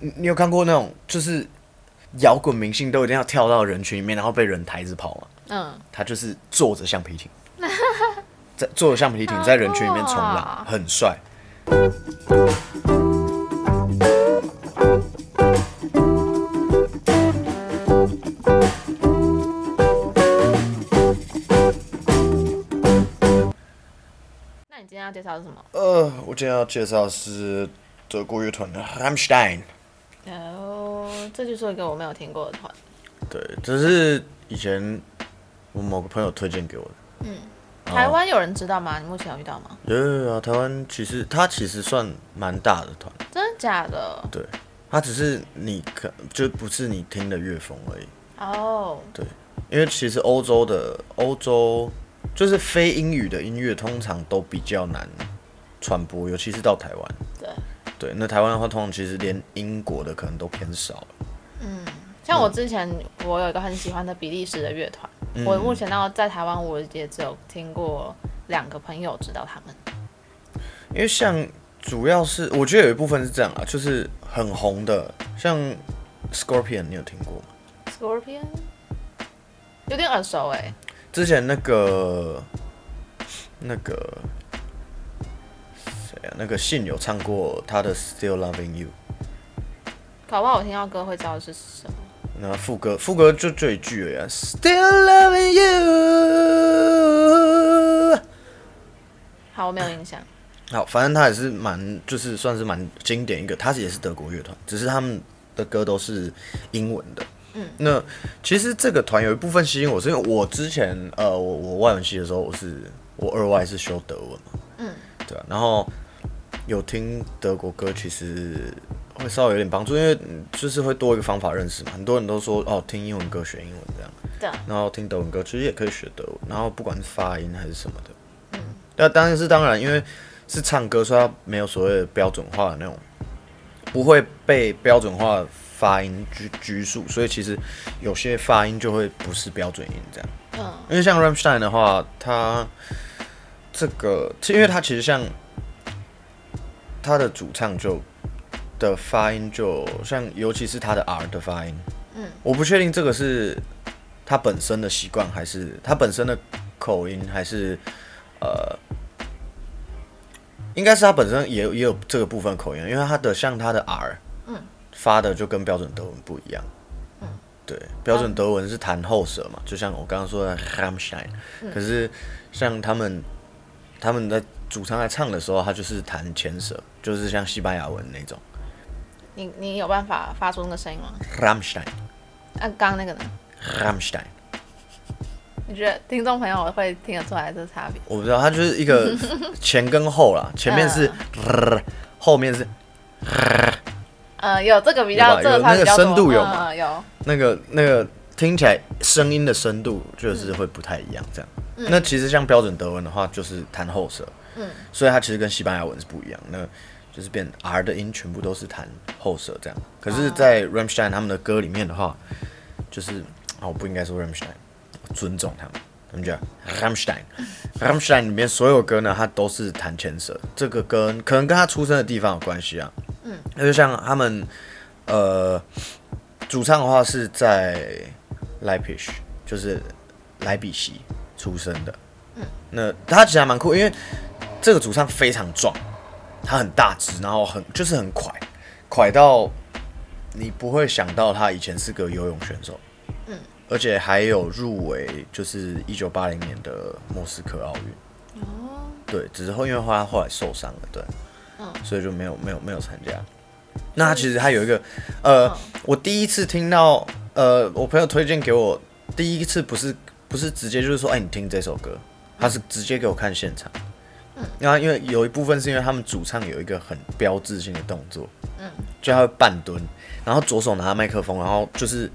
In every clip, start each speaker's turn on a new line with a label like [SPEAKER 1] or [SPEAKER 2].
[SPEAKER 1] 你你有看过那种就是摇滚明星都一定要跳到人群里面，然后被人抬着跑吗？
[SPEAKER 2] 嗯，
[SPEAKER 1] 他就是坐着橡皮艇，在坐着橡皮艇在人群里面冲浪，很帅。
[SPEAKER 2] 那你今天要介绍的是什么？
[SPEAKER 1] 呃，我今天要介绍是德国乐团的 Hamstein。
[SPEAKER 2] 哦，这就是一个我没有听过的团。
[SPEAKER 1] 对，这是以前我某个朋友推荐给我的。
[SPEAKER 2] 台湾有人知道吗？你目前有遇到吗？
[SPEAKER 1] 有有有啊，台湾其实它其实算蛮大的团，
[SPEAKER 2] 真的假的？
[SPEAKER 1] 对，它只是你可就不是你听的乐风而已。
[SPEAKER 2] 哦，
[SPEAKER 1] 因为其实欧洲的欧洲就是非英语的音乐，通常都比较难传播，尤其是到台湾。
[SPEAKER 2] 对，
[SPEAKER 1] 对，那台湾的话，通常其实连英国的可能都偏少了。
[SPEAKER 2] 像我之前我有一个很喜欢的比利时的乐团，我目前到在台湾我也只有听过两个朋友知道他们。
[SPEAKER 1] 因为像主要是我觉得有一部分是这样啊，就是很红的，像 Scorpion，你有听过吗？
[SPEAKER 2] Scorpion 有点耳熟哎、
[SPEAKER 1] 之前那个那个谁啊？那个信有唱过他的《Still Loving You》，
[SPEAKER 2] 搞不好我听到歌会知道是什么。
[SPEAKER 1] 那副歌副歌就这一句而已、啊、，Still Loving You。
[SPEAKER 2] 好，我没有印象。
[SPEAKER 1] 好，反正他也是蛮，就是算是蛮经典一个，他也是德国乐团，只是他们的歌都是英文的。嗯，那其实这个团有一部分吸引我，是因为我之前呃，我我外文系的时候，我是我二外是修德文嘛，
[SPEAKER 2] 嗯，
[SPEAKER 1] 对啊，然后有听德国歌，其实会稍微有点帮助，因为嗯就是会多一个方法认识嘛。很多人都说哦，听英文歌学英文这样，
[SPEAKER 2] 对啊，
[SPEAKER 1] 然后听德文歌其实也可以学德文，然后不管是发音还是什么的，嗯，那当然是当然，因为是唱歌，所以它没有所谓的标准化的那种，不会被标准化发音拘拘束，所以其实有些发音就会不是标准音这样。
[SPEAKER 2] 嗯，
[SPEAKER 1] 因为像 Ramstein 的话，它这个，其因为它其实像它的主唱就的发音就像，尤其是它的 R 的发音，
[SPEAKER 2] 嗯，
[SPEAKER 1] 我不确定这个是他本身的习惯，还是他本身的口音，还是呃，应该是他本身也有也有这个部分口音，因为他的像他的 R，
[SPEAKER 2] 嗯，
[SPEAKER 1] 发的就跟标准德文不一样。对，标准德文是弹后舌嘛，就像我刚刚说的 Hamstein，、可是像他们他们在主唱在唱的时候，他就是弹前舌，就是像西班牙文那种
[SPEAKER 2] 你你有办法发出那个声音吗？
[SPEAKER 1] Hamstein
[SPEAKER 2] 那、啊、刚刚那个呢？
[SPEAKER 1] Hamstein，
[SPEAKER 2] 你觉得听众朋友会听得出来这差别？
[SPEAKER 1] 我不知道，它就是一个前跟后啦，前面是后面是
[SPEAKER 2] 呃，有这个比
[SPEAKER 1] 有
[SPEAKER 2] 较，
[SPEAKER 1] 吧
[SPEAKER 2] 这个差
[SPEAKER 1] 有那个
[SPEAKER 2] 比较多
[SPEAKER 1] 深度有吗
[SPEAKER 2] 嗯、有，
[SPEAKER 1] 那个那个听起来声音的深度就是会不太一样，这样。那其实像标准德文的话，就是弹后舌，嗯，所以它其实跟西班牙文是不一样，那就是变 R 的音全部都是弹后舌这样。可是，在 Ramstein 他们的歌里面的话，就是啊，我不应该说 Ramstein，我尊重他们。他们叫 Ramstein，Ramstein 里面所有歌呢，它都是弹前舌，这个跟可能跟他出生的地方有关系啊。嗯，那就像他们，呃，主唱的话是在 Leipzig，就是莱比锡出生的。嗯，那他其实还蛮酷，因为这个主唱非常壮，他很大只，然后很就是很快，快到你不会想到他以前是个游泳选手。
[SPEAKER 2] 嗯，
[SPEAKER 1] 而且还有入围，就是一九八零年的莫斯科奥运。
[SPEAKER 2] 哦，
[SPEAKER 1] 对，只是后因为他后来受伤了，对，
[SPEAKER 2] 嗯
[SPEAKER 1] 所以就没有没有没有参加。那他其实他有一个，
[SPEAKER 2] 嗯
[SPEAKER 1] 呃，我第一次听到，呃，我朋友推荐给我，第一次不是不是直接就是说，哎、你听这首歌，他是直接给我看现场。然后因为有一部分是因为他们主唱有一个很标志性的动作，
[SPEAKER 2] 嗯，
[SPEAKER 1] 就他会半蹲，然后左手拿麦克风，然后就是，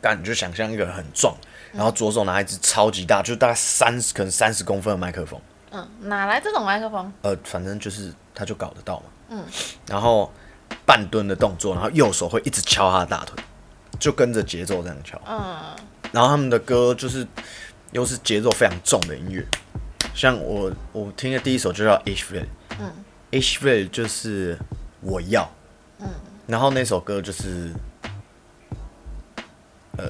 [SPEAKER 1] 干你就想象一个人很壮，然后左手拿一支超级大，就大概三十可能三十公分的麦克风。
[SPEAKER 2] 嗯，哪来这种麦克风？
[SPEAKER 1] 呃，反正就是他就搞得到嘛。嗯。然后半蹲的动作，然后右手会一直敲他的大腿，就跟着节奏这样敲。
[SPEAKER 2] 嗯，
[SPEAKER 1] 然后他们的歌就是又是节奏非常重的音乐，像我我听的第一首就叫《H Village》，嗯，《H Village》就是我要，嗯，然后那首歌就是，呃，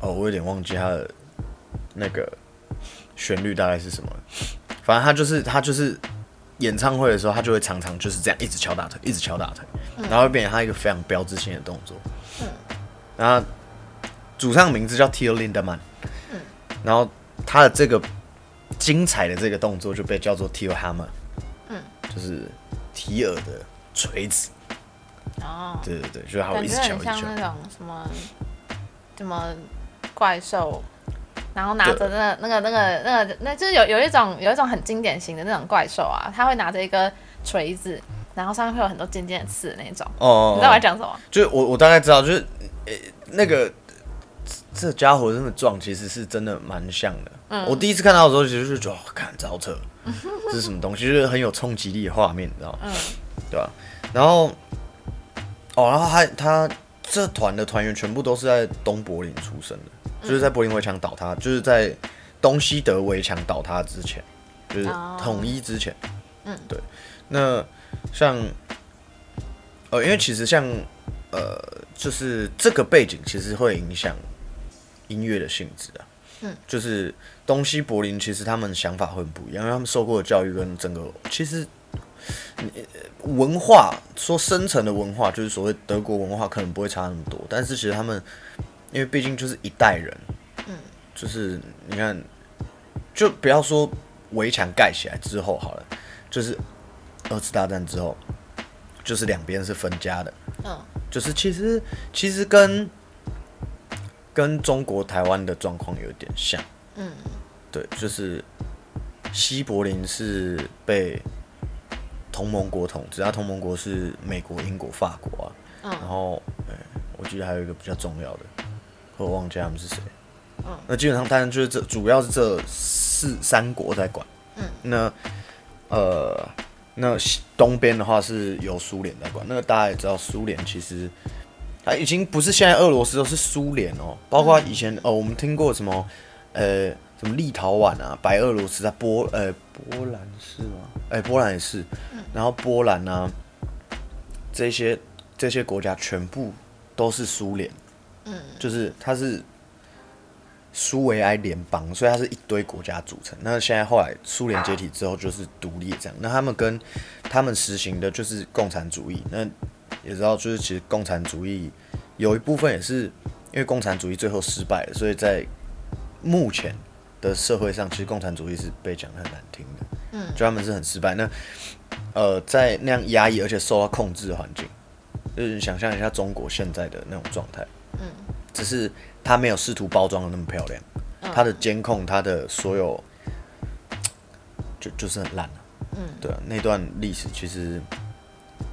[SPEAKER 1] 哦，我有点忘记它的那个旋律大概是什么了。反正他就是他就是演唱会的时候，他就会常常就是这样一直敲大腿，一直敲大腿，
[SPEAKER 2] 嗯
[SPEAKER 1] 然后会变成他一个非常标志性的动作。然后主唱名字叫 Tio Lindemann，然
[SPEAKER 2] 嗯
[SPEAKER 1] 后他的这个精彩的这个动作就被叫做 Tio Hammer，就是
[SPEAKER 2] 嗯
[SPEAKER 1] 提尔的锤子。
[SPEAKER 2] 哦，
[SPEAKER 1] 对对对，就是还有
[SPEAKER 2] 感
[SPEAKER 1] 一直
[SPEAKER 2] 觉
[SPEAKER 1] 敲一
[SPEAKER 2] 很
[SPEAKER 1] 直敲
[SPEAKER 2] 像。那种什么什么怪兽，然后拿着那那个那个那个，那就是有有一种有一种很经典型的那种怪兽啊，他会拿着一个锤子，然后上面会有很多尖尖的刺的那种。
[SPEAKER 1] 哦哦，哦
[SPEAKER 2] 你知道我在讲什么？
[SPEAKER 1] 就是我我大概知道，就是呃、那个这这家伙这么壮，其实是真的蛮像的。我第一次看到的时候，其实就觉得哇，看超扯，这是什么东西？就是很有冲击力的画面，你知道吗？对吧、然后哦，然后他他这团的团员全部都是在东柏林出生的，就是在柏林围墙倒塌，就是在东西德围墙倒塌之前，就是
[SPEAKER 2] 哦
[SPEAKER 1] 统一之前。嗯，对。那像呃，因为其实像呃，就是这个背景其实会影响音乐的性质啊。嗯，就是东西柏林，其实他们想法会很不一样，因为他们受过的教育跟整个其实呃文化说深层的文化，就是所谓德国文化，可能不会差那么多。但是其实他们，因为毕竟就是一代人，嗯，就是你看，就不要说围墙盖起来之后好了，就是二次大战之后，就是两边是分家的，
[SPEAKER 2] 嗯，
[SPEAKER 1] 就是其实其实跟跟中国台湾的状况有点像，
[SPEAKER 2] 嗯，
[SPEAKER 1] 对，就是西柏林是被同盟国统治，啊，同盟国是美国、英国、法国啊，
[SPEAKER 2] 嗯
[SPEAKER 1] 然后、呃我记得还有一个比较重要的，我忘记他们是谁，嗯，那基本上当然就是这主要是这四三国在管，嗯，那呃。那西东边的话是由苏联在管，那大家也知道，苏联其实它已经不是现在俄罗斯哦，是苏联哦，包括以前哦，我们听过什么呃什么立陶宛啊、白俄罗斯啊、波呃波兰是吗？哎、波兰也是，然后波兰啊这些这些国家全部都是苏联，嗯，就是它是苏维埃联邦，所以它是一堆国家组成。那现在后来苏联解体之后就是独立这样，那他们跟他们实行的就是共产主义。那也知道，就是其实共产主义有一部分也是因为共产主义最后失败了，所以在目前的社会上，其实共产主义是被讲的很难听的，嗯，就他们是很失败。那呃，在那样压抑而且受到控制的环境，就是你想象一下中国现在的那种状态，嗯，只是他没有试图包装的那么漂亮，他的监控，他的所有，就就是很烂了、嗯，对啊，那段历史其实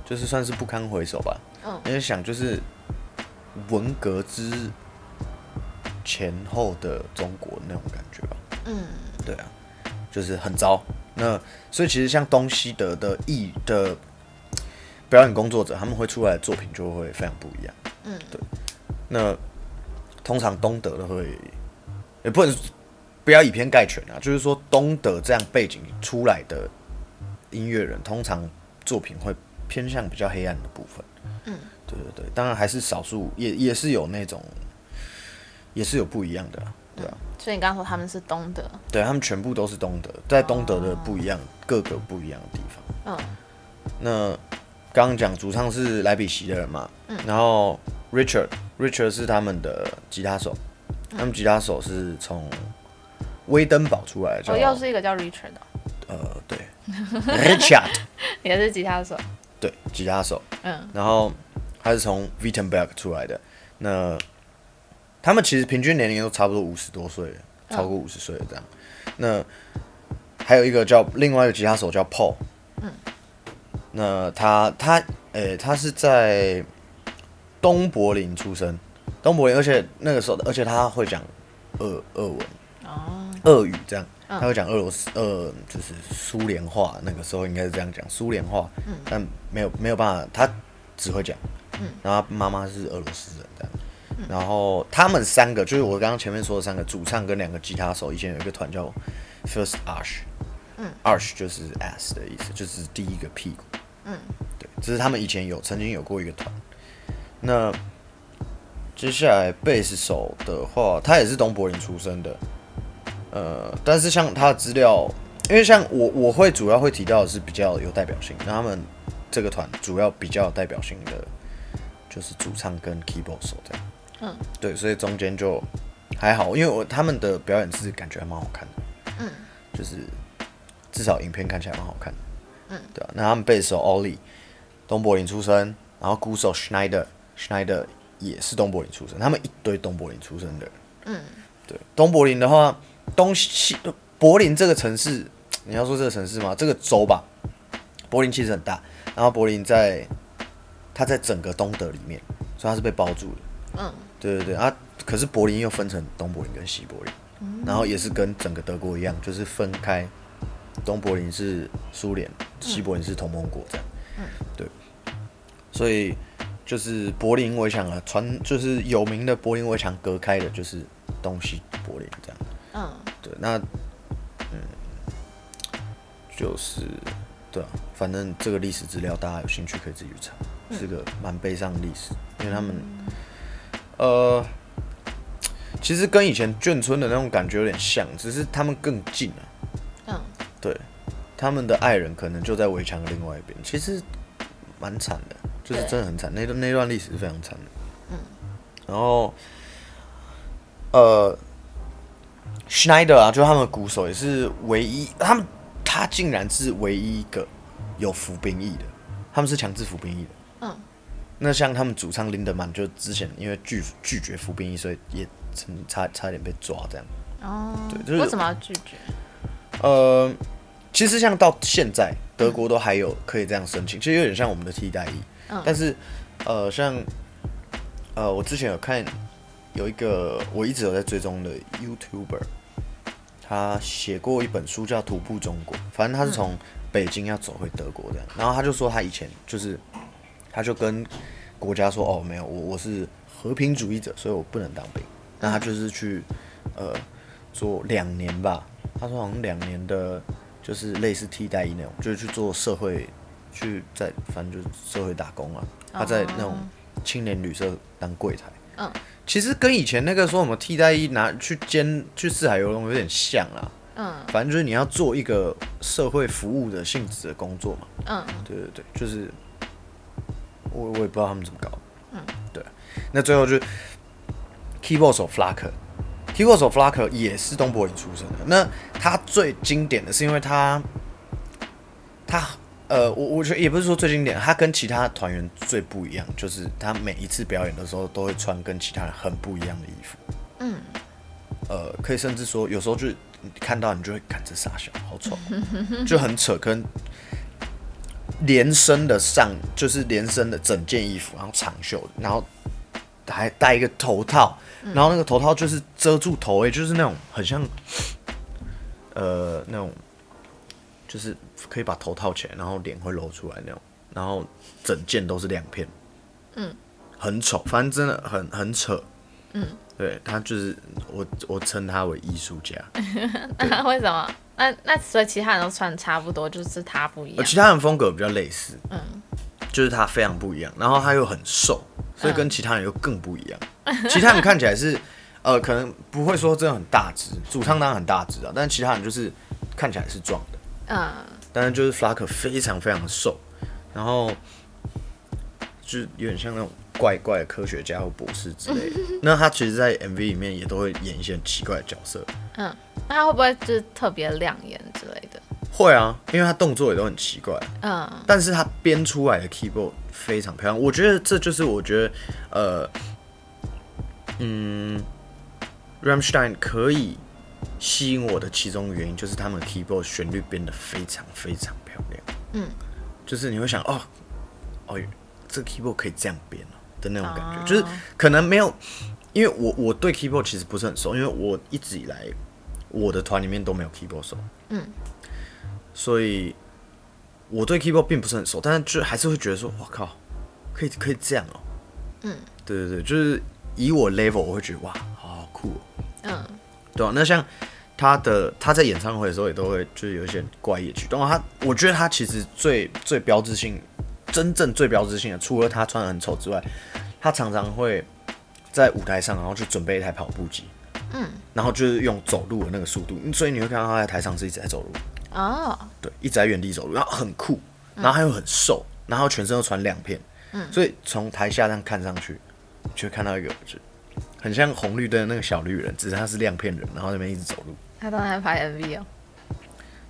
[SPEAKER 1] 就是算是不堪回首吧，
[SPEAKER 2] 嗯
[SPEAKER 1] 因为想就是文革之前后的中国那种感觉吧，嗯，对啊，就是很糟。那所以其实像东西德的艺的表演工作者，他们会出来的作品就会非常不一样。嗯，对。那通常东德的会也不能不要以偏概全啊，就是说东德这样背景出来的音乐人，通常作品会偏向比较黑暗的部分。嗯，对对对，当然还是少数，也也是有那种，也是有不一样的、啊，对啊。
[SPEAKER 2] 所以你刚刚说他们是东德，
[SPEAKER 1] 对他们全部都是东德，在东德的不一样，各个不一样的地方。
[SPEAKER 2] 嗯
[SPEAKER 1] 那刚刚讲主唱是莱比锡的人嘛，
[SPEAKER 2] 嗯
[SPEAKER 1] 然后 Richard Richard 是他们的吉他手，
[SPEAKER 2] 嗯
[SPEAKER 1] 他们吉他手是从威登堡出来的，叫
[SPEAKER 2] 我哦又是一个叫 Richard 的，
[SPEAKER 1] 呃对 Richard
[SPEAKER 2] 也是吉他手，
[SPEAKER 1] 对吉他手，
[SPEAKER 2] 嗯
[SPEAKER 1] 然后他是从 Wittenberg 出来的，那他们其实平均年龄都差不多五十多岁了，超过五十岁了这样。那还有一个叫另外一个吉他手叫 Paul，嗯，那他他诶、他是在东柏林出生，东柏林，而且那个时候，而且他会讲俄俄文，
[SPEAKER 2] 哦，
[SPEAKER 1] 俄语这样，他会讲俄罗斯，呃，就是苏联话，那个时候应该是这样讲苏联话，但没有没有办法，他只会讲，然后他妈妈是俄罗斯人这样，然后他们三个就是我刚刚前面说的三个主唱跟两个吉他手，以前有一个团叫 First Arch，Arch 就是 S 的意思，就是第一个屁股，对，只是他们以前有曾经有过一个团。那接下来贝斯手的话，他也是东柏林出生的，呃，但是像他的资料，因为像我我会主要会提到的是比较有代表性，那他们这个团主要比较有代表性的就是主唱跟 keyboard 手这样，
[SPEAKER 2] 嗯，
[SPEAKER 1] 对，所以中间就还好，因为我他们的表演是感觉还蛮好看的，
[SPEAKER 2] 嗯，
[SPEAKER 1] 就是至少影片看起来蛮好看的，嗯，对啊，那他们贝斯手 Ollie 东柏林出生，然后鼓手 Schneider Schneider 也是东柏林出生，他们一堆东柏林出生的人。
[SPEAKER 2] 嗯，
[SPEAKER 1] 对，东柏林的话，东西柏林这个城市，你要说这个城市吗？这个州吧，柏林其实很大，然后柏林在它在整个东德里面，所以它是被包住的。
[SPEAKER 2] 嗯，
[SPEAKER 1] 对对对啊，可是柏林又分成东柏林跟西柏林，然后也是跟整个德国一样，就是分开，东柏林是苏联，西柏林是同盟国这样。对，所以就是柏林围墙啊，传就是有名的柏林围墙隔开的就是东西柏林这样。
[SPEAKER 2] 嗯，
[SPEAKER 1] 对，那嗯，就是对啊，反正这个历史资料大家有兴趣可以自己去查，是个蛮悲伤的历史，因为他们、呃，其实跟以前眷村的那种感觉有点像，只是他们更近啊。
[SPEAKER 2] 嗯，
[SPEAKER 1] 对，他们的爱人可能就在围墙的另外一边，其实蛮惨的，就是
[SPEAKER 2] 对
[SPEAKER 1] 真的很惨，那段那段历史是非常惨的。嗯，然后呃，Schneider 啊，就他们的鼓手也是唯一，他们他竟然是唯一一个有服兵役的，他们是强制服兵役的。
[SPEAKER 2] 嗯，
[SPEAKER 1] 那像他们主唱林德曼，就之前因为拒拒绝服兵役，所以也曾差差点被抓这样。
[SPEAKER 2] 哦，
[SPEAKER 1] 对就是
[SPEAKER 2] 为什么要拒绝？
[SPEAKER 1] 呃，其实像到现在，德国都还有可以这样申请，其实有点像我们的替代役。
[SPEAKER 2] 嗯
[SPEAKER 1] 但是，呃，像呃，我之前有看有一个我一直有在追踪的 YouTuber，他写过一本书叫《徒步中国》，反正他是从北京要走回德国这样，然后他就说他以前就是，他就跟国家说，哦，没有，我我是和平主义者，所以我不能当兵。那他就是去呃做两年吧，他说好像两年的，就是类似替代役那种，就是去做社会，去在反正就是社会打工啊。他在那种青年旅社当柜台。
[SPEAKER 2] 哦嗯，
[SPEAKER 1] 其实跟以前那个说什么替代役拿去监去四海游龙有点像啊。
[SPEAKER 2] 嗯
[SPEAKER 1] 反正就是你要做一个社会服务的性质的工作嘛。
[SPEAKER 2] 嗯
[SPEAKER 1] 对对对，就是我我也不知道他们怎么搞。嗯，对。那最后就是 keyboard 手 Flacker，keyboard 手 Flacker 也是东柏林出身的。那他最经典的是因为他他呃，我我觉得也不是说最经典，他跟其他团员最不一样，就是他每一次表演的时候都会穿跟其他人很不一样的衣服。
[SPEAKER 2] 嗯，
[SPEAKER 1] 呃，可以甚至说有时候就看到你就会看这傻笑，好丑， 就很扯，跟连身的上就是连身的整件衣服，然后长袖的，然后还戴一个头套，然后那个头套就是遮住头、欸，就是那种很像呃那种就是可以把头套起来，然后脸会露出来那种，然后整件都是亮片，嗯，很丑，反正真的很很扯。对他就是我，我称他为艺术家，
[SPEAKER 2] 那 为什么？那那所以其他人都穿差不多，就是他不一
[SPEAKER 1] 而
[SPEAKER 2] 样。
[SPEAKER 1] 呃其他人风格比较类似，嗯，就是他非常不一样，然后他又很瘦，
[SPEAKER 2] 嗯
[SPEAKER 1] 所以跟其他人又更不一样。其他人看起来是，呃，可能不会说真的很大只，主唱当然很大只啊，但其他人就是看起来是壮的，
[SPEAKER 2] 嗯
[SPEAKER 1] 但是就是 Flack 非常非常瘦，然后就是有点像那种怪怪的科学家或博士之 类的。那他其实，在 MV 里面也都会演一些很奇怪的角色，
[SPEAKER 2] 嗯，那他会不会就是特别亮眼之类的？
[SPEAKER 1] 会啊，因为他动作也都很奇怪。
[SPEAKER 2] 嗯
[SPEAKER 1] 但是他编出来的 keyboard 非常漂亮，我觉得这就是我觉得，呃，嗯，Ramstein 可以吸引我的其中原因，就是他们的 keyboard 旋律编得非常非常漂亮。
[SPEAKER 2] 嗯，
[SPEAKER 1] 就是你会想，哦，哦，这个 keyboard 可以这样编哦的那种感觉，
[SPEAKER 2] 哦
[SPEAKER 1] 就是可能没有，因为我我对 keyboard 其实不是很熟，因为我一直以来我的团里面都没有 keyboard 手。
[SPEAKER 2] 嗯，
[SPEAKER 1] 所以我对 keyboard 并不是很熟，但是就还是会觉得说，我靠，可以可以这样哦、
[SPEAKER 2] 嗯，
[SPEAKER 1] 对对对，就是以我 level，我会觉得哇，好好酷、哦。
[SPEAKER 2] 嗯
[SPEAKER 1] 对啊，那像他的他在演唱会的时候也都会就是有一些怪异的举动。他我觉得他其实最最标志性，真正最标志性的，除了他穿的很丑之外，他常常会在舞台上，然后去准备一台跑步机，嗯，然后就是用走路的那个速度，所以你会看到他在台上是一直在走路，
[SPEAKER 2] 哦，
[SPEAKER 1] 对，一直在原地走路，然后很酷，然后他又很瘦，然后全身又穿亮片，嗯，所以从台下这样看上去，就会看到一个就很像红绿灯的那个小绿人，只是他是亮片人，然后那边一直走路，
[SPEAKER 2] 他当然拍 MV 哦，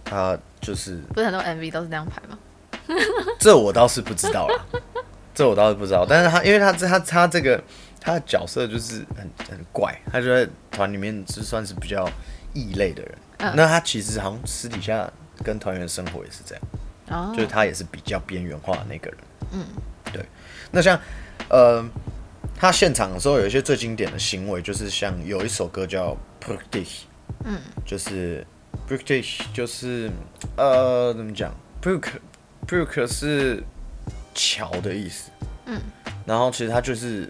[SPEAKER 1] 他就是
[SPEAKER 2] 不是很多 MV 都是这样拍吗？
[SPEAKER 1] 这我倒是不知道啦，这我倒是不知道。但是他，因为他这他他这个他的角色就是很很怪，他就在团里面就算是比较异类的人。那他其实好像私底下跟团员生活也是这样，
[SPEAKER 2] 哦
[SPEAKER 1] 就是他也是比较边缘化的那个人。嗯，对。那像呃，他现场的时候有一些最经典的行为，就是像有一首歌叫《p r e t i 嗯，就是。Brookish 就是呃，怎么讲？Brook Brook 是桥的意思，嗯，然后其实它就是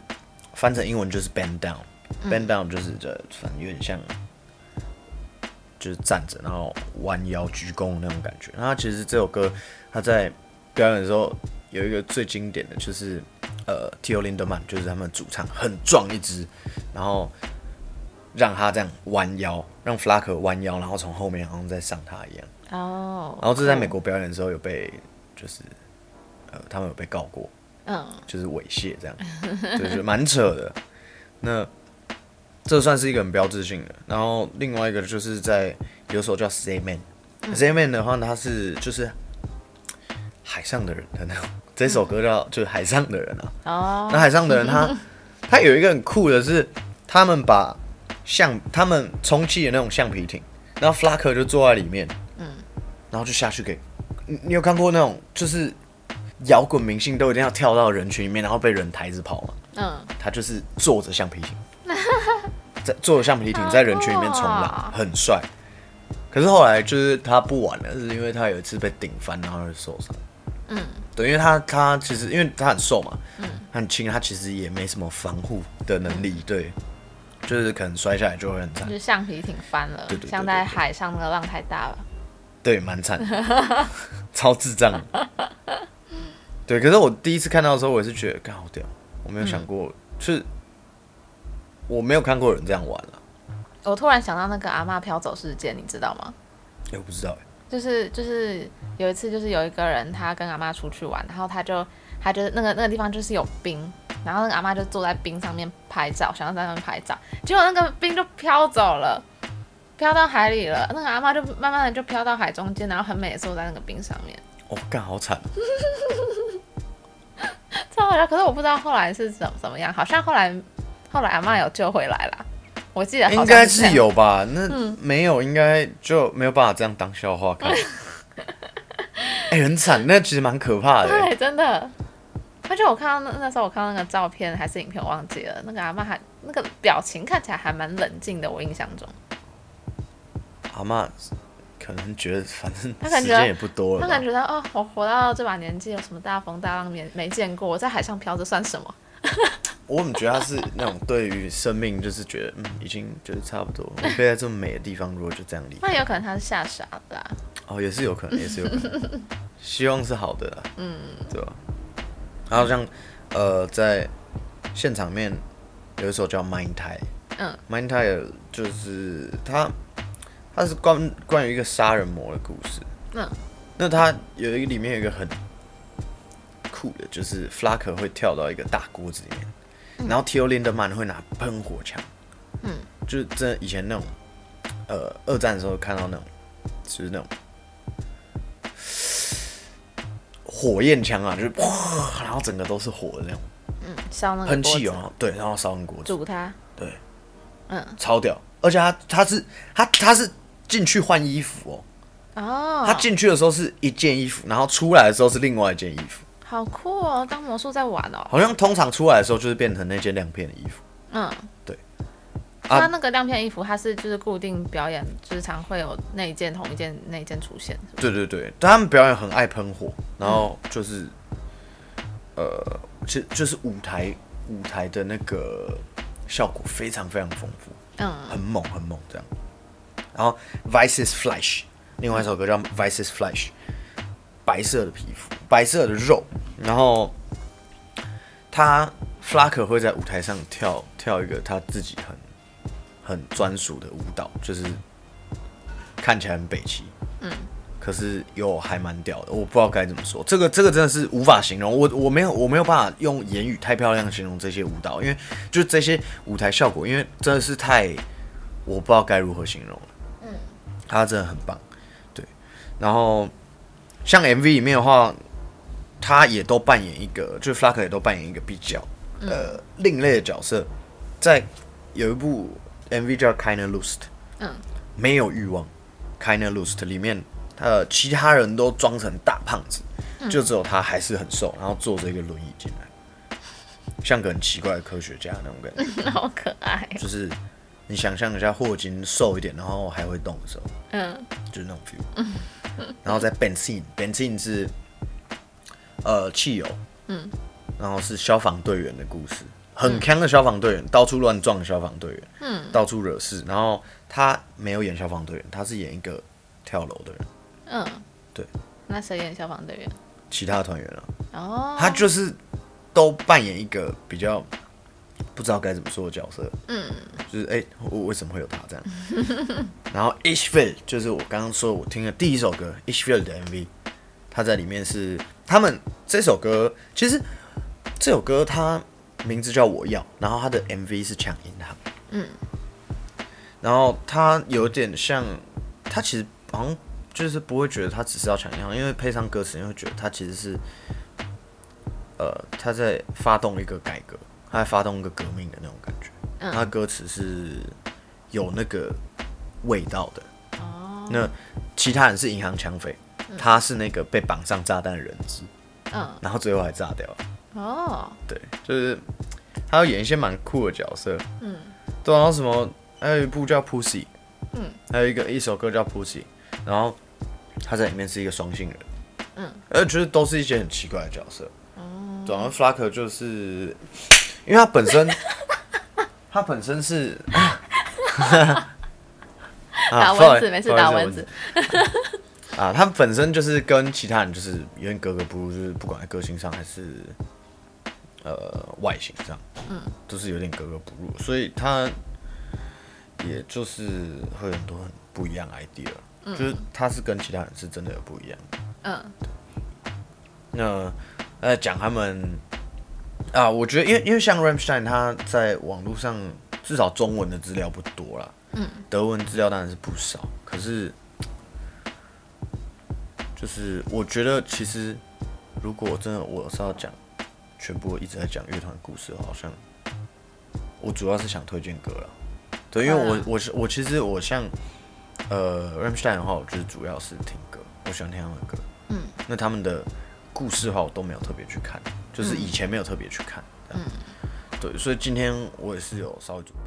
[SPEAKER 1] 翻成英文就是 bend down，bend、down 就是这反正有点像就是站着，然后弯腰鞠躬的那种感觉。那它其实这首歌它在表演的时候有一个最经典的就是呃 t i o Lindemann 就是他们主唱很壮一只，然后让他这样弯腰，让 Flack 弯腰，然后从后面好像在上他一样。
[SPEAKER 2] 哦，
[SPEAKER 1] 然后这是在美国表演的时候有被，就是呃，他们有被告过，
[SPEAKER 2] 嗯，
[SPEAKER 1] 就是猥亵这样，对，就蛮扯的。 那这算是一个很标志性的。然后另外一个就是在有首叫 Z Man，Z、Man 的话，他是就是海上的人的那种，这首歌叫、就是海上的人啊。
[SPEAKER 2] 哦，
[SPEAKER 1] 那海上的人他他有一个很酷的是，他们把橡他们充气的那种橡皮艇，然后 Flacker 就坐在里面，嗯，然后就下去给你，你有看过那种就是摇滚明星都一定要跳到人群里面，然后被人抬着跑吗？
[SPEAKER 2] 嗯，
[SPEAKER 1] 他就是坐着橡皮 艇，在坐着橡皮艇在人群里面冲浪，很帅。可是后来就是他不玩了，是因为他有一次被顶翻，然后就受伤。嗯，对，因为他他其实因为他很瘦嘛，嗯，很轻，他其实也没什么防护的能力，对，就是可能摔下来就会很惨
[SPEAKER 2] 就，是橡皮艇翻了
[SPEAKER 1] 哎对对对，对
[SPEAKER 2] 像在海上那个浪太大了，
[SPEAKER 1] 对，蛮惨的， 超智障的。对，可是我第一次看到的时候，我也是觉得，干好屌，我没有想过，就是我没有看过有人这样玩啊了、
[SPEAKER 2] 我突然想到那个阿嬷飘走事件，你知道吗？
[SPEAKER 1] 哎、我不知道、欸，
[SPEAKER 2] 就是就是有一次，就是有一个人他跟阿妈出去玩，然后他就他就那个那个地方就是有冰，然后那个阿妈就坐在冰上面拍照，想要在上面拍照，结果那个冰就飘走了，飘到海里了。那个阿妈就慢慢的就飘到海中间，然后很美的坐在那个冰上面，
[SPEAKER 1] 哦，干好惨，
[SPEAKER 2] 超好笑。可是我不知道后来是怎怎么样，好像后来后来阿妈有救回来啦，我记得好像
[SPEAKER 1] 应该
[SPEAKER 2] 是
[SPEAKER 1] 是
[SPEAKER 2] 这样嗯
[SPEAKER 1] 有吧？那没有，应该就没有办法这样当笑话 看。哎、很惨，那其实蛮可怕的、欸
[SPEAKER 2] 对，真的。而且我看到那那时候我看到那个照片还是影片，我忘记了。那个阿嬷还那个表情看起来还蛮冷静的，我印象中，
[SPEAKER 1] 阿妈可能觉得反正
[SPEAKER 2] 她感
[SPEAKER 1] 时
[SPEAKER 2] 觉
[SPEAKER 1] 间也不多了
[SPEAKER 2] 她
[SPEAKER 1] 吧
[SPEAKER 2] 感，觉到哦，我活到这把年纪，有什么大风大浪没没见过，我在海上漂着算什么？
[SPEAKER 1] 我怎么觉得她是那种对于生命就是觉得嗯，已经就是差不多了，我可以在这么美的地方，如果就这样离开，
[SPEAKER 2] 那有可能她是吓傻的、啊，
[SPEAKER 1] 哦，也是有可能，也是有可能，希望是好的啦，嗯，对吧？然后像呃，在现场面有一首叫《Mind t i
[SPEAKER 2] 嗯
[SPEAKER 1] ，Mind t i 就是它，它是关关于一个杀人魔的故事。
[SPEAKER 2] 嗯，
[SPEAKER 1] 那它有一个里面有一个很酷的，就是 Flack 会跳到一个大锅子里面，然后 Tio Lindemann 会拿喷火枪，嗯，就是真的以前那种，呃，二战的时候看到那种，就是那种火焰枪啊，就是哇，然后整个都是火的那种
[SPEAKER 2] 嗯，烧那个
[SPEAKER 1] 喷气哦，
[SPEAKER 2] 锅子
[SPEAKER 1] 然后对，然后烧成锅子，
[SPEAKER 2] 煮它，
[SPEAKER 1] 对，
[SPEAKER 2] 嗯，
[SPEAKER 1] 超屌，而且他他是他他是进去换衣服哦，
[SPEAKER 2] 哦，
[SPEAKER 1] 他进去的时候是一件衣服，然后出来的时候是另外一件衣服，
[SPEAKER 2] 好酷哦，当魔术在玩哦，
[SPEAKER 1] 好像通常出来的时候就是变成那件亮片的衣服。
[SPEAKER 2] 嗯，
[SPEAKER 1] 对。啊
[SPEAKER 2] 他那个亮片衣服，它是就是固定表演，就是常会有那一件同一件那一件出现，是不是
[SPEAKER 1] 对对对，但他们表演很爱喷火，然后就是，呃，其就是舞台舞台的那个效果非常非常丰富，
[SPEAKER 2] 嗯
[SPEAKER 1] 很猛很猛这样。然后 Vices Flash，另外一首歌叫 Vices Flash，白色的皮肤，白色的肉，然后他 Flack 会在舞台上跳跳一个他自己很很专属的舞蹈，就是看起来很北齐，
[SPEAKER 2] 嗯，
[SPEAKER 1] 可是又还蛮屌的，我不知道该怎么说，这个这个真的是无法形容，我我没有我没有办法用言语太漂亮地形容这些舞蹈，因为就是这些舞台效果，因为真的是太我不知道该如何形容了，嗯，他真的很棒，对，然后像 MV 里面的话，他也都扮演一个，就是 Flack 也都扮演一个比较、呃另类的角色，在有一部 MV 叫 Kinda Lost，
[SPEAKER 2] 嗯，
[SPEAKER 1] 没有欲望，Kinda Lost 里面，呃，其他人都装成大胖子，就只有他还是很瘦，然后坐着一个轮椅进来，像个很奇怪的科学家那种感觉，
[SPEAKER 2] 好可爱。
[SPEAKER 1] 就是你想象一下霍金瘦一点，然后还会动的时候，
[SPEAKER 2] 嗯
[SPEAKER 1] 就是那种 feel。然 后在 benzine，benzine 是呃汽油，
[SPEAKER 2] 嗯，
[SPEAKER 1] 然后是消防队员的故事，很强的消防队员，到处乱撞的消防队员，
[SPEAKER 2] 嗯，
[SPEAKER 1] 到处惹事。然后他没有演消防队员，他是演一个跳楼的人，
[SPEAKER 2] 嗯，
[SPEAKER 1] 对。
[SPEAKER 2] 那谁演消防队员？
[SPEAKER 1] 其他团员啊，
[SPEAKER 2] 哦，
[SPEAKER 1] 他就是都扮演一个比较不知道该怎么说的角色，嗯，就是哎、我我为什么会有他这样？ 然后 Ishville 就是我刚刚说我听的第一首歌 Ishville 的 MV，他在里面是他们这首歌，其实这首歌它名字叫我要，然后它的 MV 是抢银行，嗯，然后它有点像，它其实好像就是不会觉得它只是要抢银行，因为配上歌词，你会觉得它其实是。呃，他在发动一个改革，他在发动一个革命的那种感觉。
[SPEAKER 2] 嗯
[SPEAKER 1] 他的歌词是有那个味道的。
[SPEAKER 2] 哦，
[SPEAKER 1] 那其他人是银行抢匪，他是那个被绑上炸弹的人质，
[SPEAKER 2] 嗯
[SPEAKER 1] 然后最后还炸掉了。
[SPEAKER 2] 哦，
[SPEAKER 1] 对，就是他要演一些蛮酷的角色。
[SPEAKER 2] 嗯，
[SPEAKER 1] 对啊，然后什么还有一部叫《Pussy》，
[SPEAKER 2] 嗯，
[SPEAKER 1] 还有一个一首歌叫《Pussy》，然后他在里面是一个双性人。
[SPEAKER 2] 嗯，哦
[SPEAKER 1] 呃，就是都是一些很奇怪的角色。对啊，然后 Flack 就是因为他本身，他本身 是。啊
[SPEAKER 2] 打
[SPEAKER 1] 不好
[SPEAKER 2] 蚊
[SPEAKER 1] 意
[SPEAKER 2] 子
[SPEAKER 1] 思
[SPEAKER 2] 没事
[SPEAKER 1] 不好意
[SPEAKER 2] 打
[SPEAKER 1] 思
[SPEAKER 2] 蚊子，
[SPEAKER 1] 啊，他本身就是跟其他人就是有点格格不入，就是不管在个性上还是呃外形上，嗯，都是有点格格不入，所以他也就是会有很多很不一样的 idea，、就是他是跟其他人是真的有不一样。
[SPEAKER 2] 嗯
[SPEAKER 1] 那呃讲他们啊，我觉得因为因为像 Ramstein 他在网络上至少中文的资料不多啦，
[SPEAKER 2] 嗯，
[SPEAKER 1] 德文资料当然是不少，可是就是我觉得其实如果真的我是要讲全部一直在讲乐团故事，好像我主要是想推荐歌了，对，因为我
[SPEAKER 2] 嗯
[SPEAKER 1] 我是我其实我像呃 Ramstein 的话，我就是主要是听歌，我喜欢听他们的歌，
[SPEAKER 2] 嗯，
[SPEAKER 1] 那他们的故事的话，我都没有特别
[SPEAKER 2] 嗯
[SPEAKER 1] 去看，就是以前没有特别去看，嗯，对，所以今天我也是有稍微准备。